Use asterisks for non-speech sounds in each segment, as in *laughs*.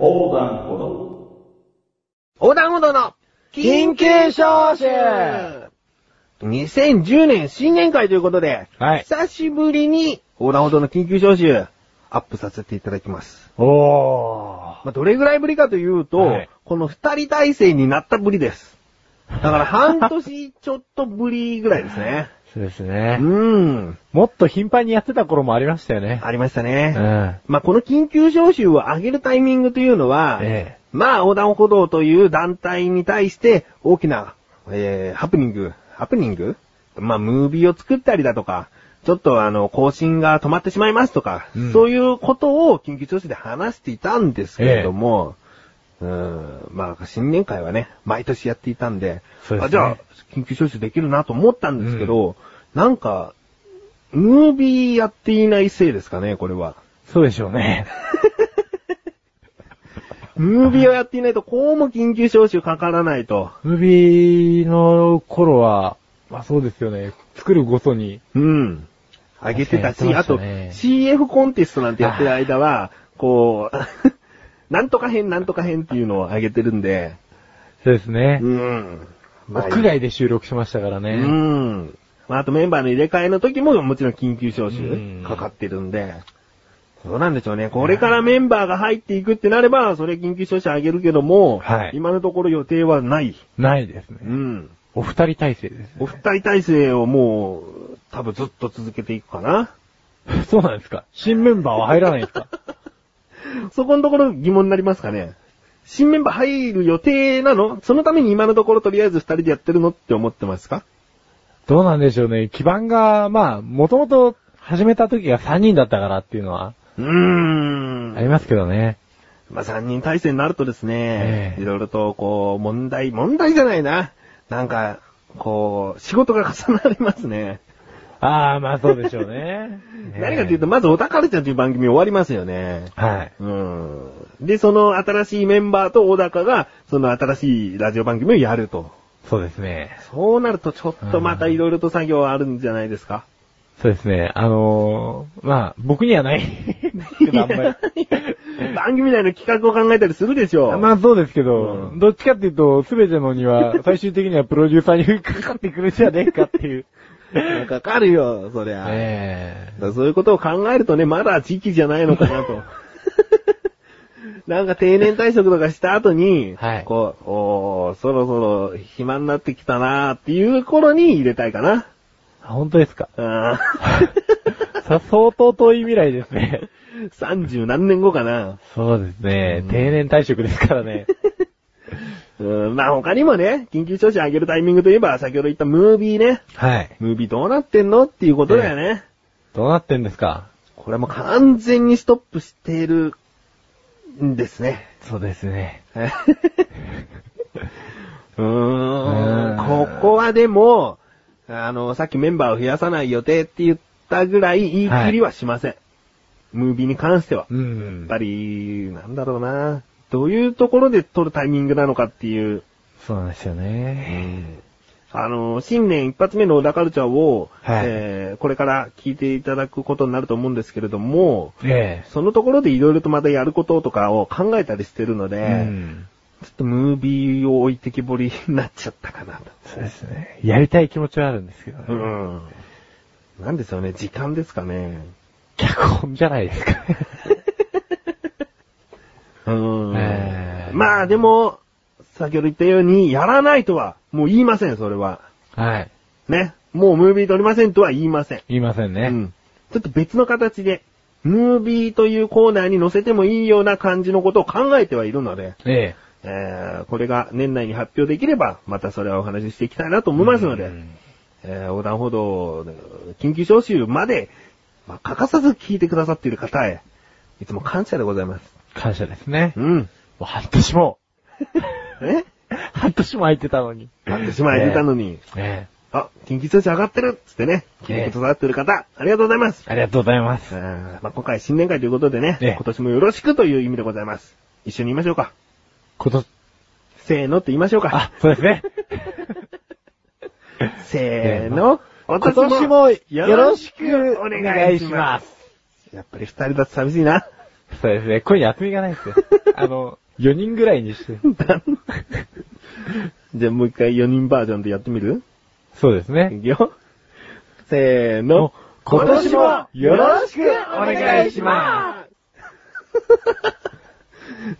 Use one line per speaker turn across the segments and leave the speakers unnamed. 横断歩道。
横断歩道の緊急招集 !2010 年新年会ということで、
はい
久しぶりに横断歩道の緊急招集アップさせていただきます。
おー。
まあ、どれぐらいぶりかというと、
はい
この二人体制になったぶりです。だから半年ちょっとぶりぐらいです
*laughs*
ね。
そうです
う
ね。
ん。
もっと頻繁にやってた頃もありましたよね。
ありました
う
ね。
ん。
まあ、この緊急招集を上げるタイミングというのは、
ええ
まあ、横断歩道という団体に対して大きな、えー、ハプニング、ハプニングまあ、ムービーを作ったりだとか、ちょっとあの、更新が止まってしまいますとか、
うん
そういうことを緊急招集で話していたんですけれども、うーん、まあ、新年会はね、毎年やっていたんで、
そうですね
あじゃあ、緊急招集できるなと思ったんですけど、なんか、ムービーやっていないせいですかね、これは。
そうでしょうね。
ムービーをやっていないと、こうも緊急招集かからないと。
ムービーの頃は、まあそうですよね。作るごとに。
うん。あげてた
確
し、
かにや
あ
ってま
と、
したね
CF コンテストなんてやってる間は、こう、 *laughs* なんとか編、なんとか編っていうのをあげてるんで、
そうですね。
うん。まあ
屋外で収録しましたからね。
うん。まあ、あとメンバーの入れ替えの時ももちろん緊急招
うん
集かかってるんで、そうなんでしょうね。これからメンバーが入っていくってなれば、それ緊急招集あげるけども、
はい
今のところ予定はない。
ないですね
う。ん。
お二人体制です
お二人体制をもう、多分ずっと続けていくかな。
ね。 *laughs* そうなんですか新メンバーは入らないんですか
そこのところ疑問になりますかね。新メンバー入る予定なのそのために今のところとりあえず二人でやってるのって思ってますか
*laughs* どうなんでしょうね。基盤が、まあ、もともと始めた時が三人だったからっていうのは
うーん
ありますけどね。
まあ、三人体制になるとですね、
ええ
いろいろとこう、問題、問題じゃないな。なんか、こう、仕事が重なりますね。。
ああ、まあそうでしょう *laughs* ね
何かというと、まずおたかれちゃんという番組終わりますよね。
はい。
うん。で、その新しいメンバーと小高が、その新しいラジオ番組をやると。
そうですね。
そうなるとちょっとまたいろいろと作業あるんじゃないですか。
そうですね。あのー、まあ、僕にはない *laughs* ですけど、あんまり。
*laughs* 番組内の企画を考えたりするでしょう。
まあそうですけど、
うん
どっちかっていうと、すべてのには、最終的にはプロデューサーにかかってくるんじゃねえかっていう。
かかるよ、そりゃ。
え
だからそういうことを考えるとね、まだ時期じゃないのかな *laughs* と。なんか定年退職とかした後に、
はい
こう、おーそろそろ暇になってきたなーっていう頃に入れたいかな。
あ本当ですか。
あ *laughs*
さ、相当遠い未来ですね。
ー30何年後かな。
そうですね。
うん
定年退職ですからね。
うん、まあ他にもね、緊急調子上げるタイミングといえば、先ほど言ったムービーね。
はい。
ムービーどうなってんのっていうことだよね。
どうなってんですか
これもう完全にストップしているんですね。
*laughs* そうですね。
うー
うんん
ここはでも、あの、さっきメンバーを増やさない予定って言ったぐらい言い切りはしません。ムービーに関しては。
う
やっ
ん
ぱ。り、なんだろうな。どういうところで撮るタイミングなのかっていう。
そうなんですよね。
あの、新年一発目の小田カルチャーを、
はい
えーこれから聞いていただくことになると思うんですけれども、
え
そのところでいろいろとまたやることとかを考えたりしてるので、
え。うん。
ちょっとムービーを置いてきぼりになっちゃったかなと。
そうですね。やりたい気持ちはあるんですけどね。
うん。なんですよね、時間ですかね。
脚本じゃないです *laughs* か。
うん
えー
まあでも、先ほど言ったように、やらないとは、もう言いません、それは。
はい。
ね。もうムービー撮りませんとは言いません。
言いませんね。
うん。ちょっと別の形で、ムービーというコーナーに載せてもいいような感じのことを考えてはいるので、
ええ。
えー、これが年内に発表できれば、またそれはお話ししていきたいなと思いますので、
うん
えー、横断歩道、緊急招集まで、まあ、欠かさず聞いてくださっている方へ、いつも感謝でございます。
感謝ですね。
う
も
ん。
う半年も、
え
半年も空いてたのに。
半年前出たの
に。
に、
え
あ、緊急招集上がってるっつってね、聞いてくださっている方、ありがとうございます。
え。ありがとうございま
え
す。
ーまあ、今回新年会ということでね、
ええ
今年もよろしくという意味でございます。一緒に言いましょうか。
こと、
せーのって言いましょうか
あ。、そうです *laughs* ね。
せーの。今。
今年もよろしくお願いしますす。
やっぱり二人だと寂しいな。 *laughs*
そうですね。声に厚みがないですよ。 *laughs* あの、4人ぐらいにして。
じゃあもう一回4人バージョンでやってみる
そうです
い
ね。
くよ。せーの。
お。今年もよろしくお願いします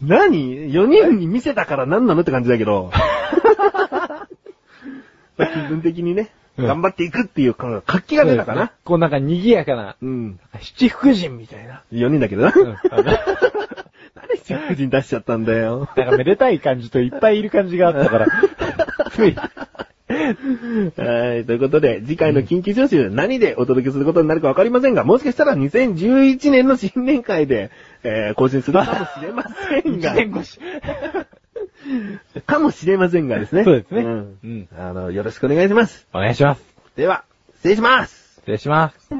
何 ?4 人に見せたから何なのって感じだ
*laughs*
けど。まあ気分的にね、
うん
頑張っていくっていうこの活気が出た
そ
か
うです
な
ね。こうなんか賑やかな、
うん。
七福神みたいな。
4人だけどな。
うん
*laughs*
あの
何七福神出しちゃったんだよ。
なんかめでたい感じといっぱいいる感じがあったから。つい。
*laughs* はい、ということで、次回の緊急招集、何でお届けすることになるかわかりませんが、もしかしたら2011年の新年会で、えー、更新するかもしれません
一
が、
年越し。 *laughs*
かもしれませんがですね。
そうですね
うん。
うん
あの、よろしくお願いします。
お願いします。
では、失礼します
失礼します。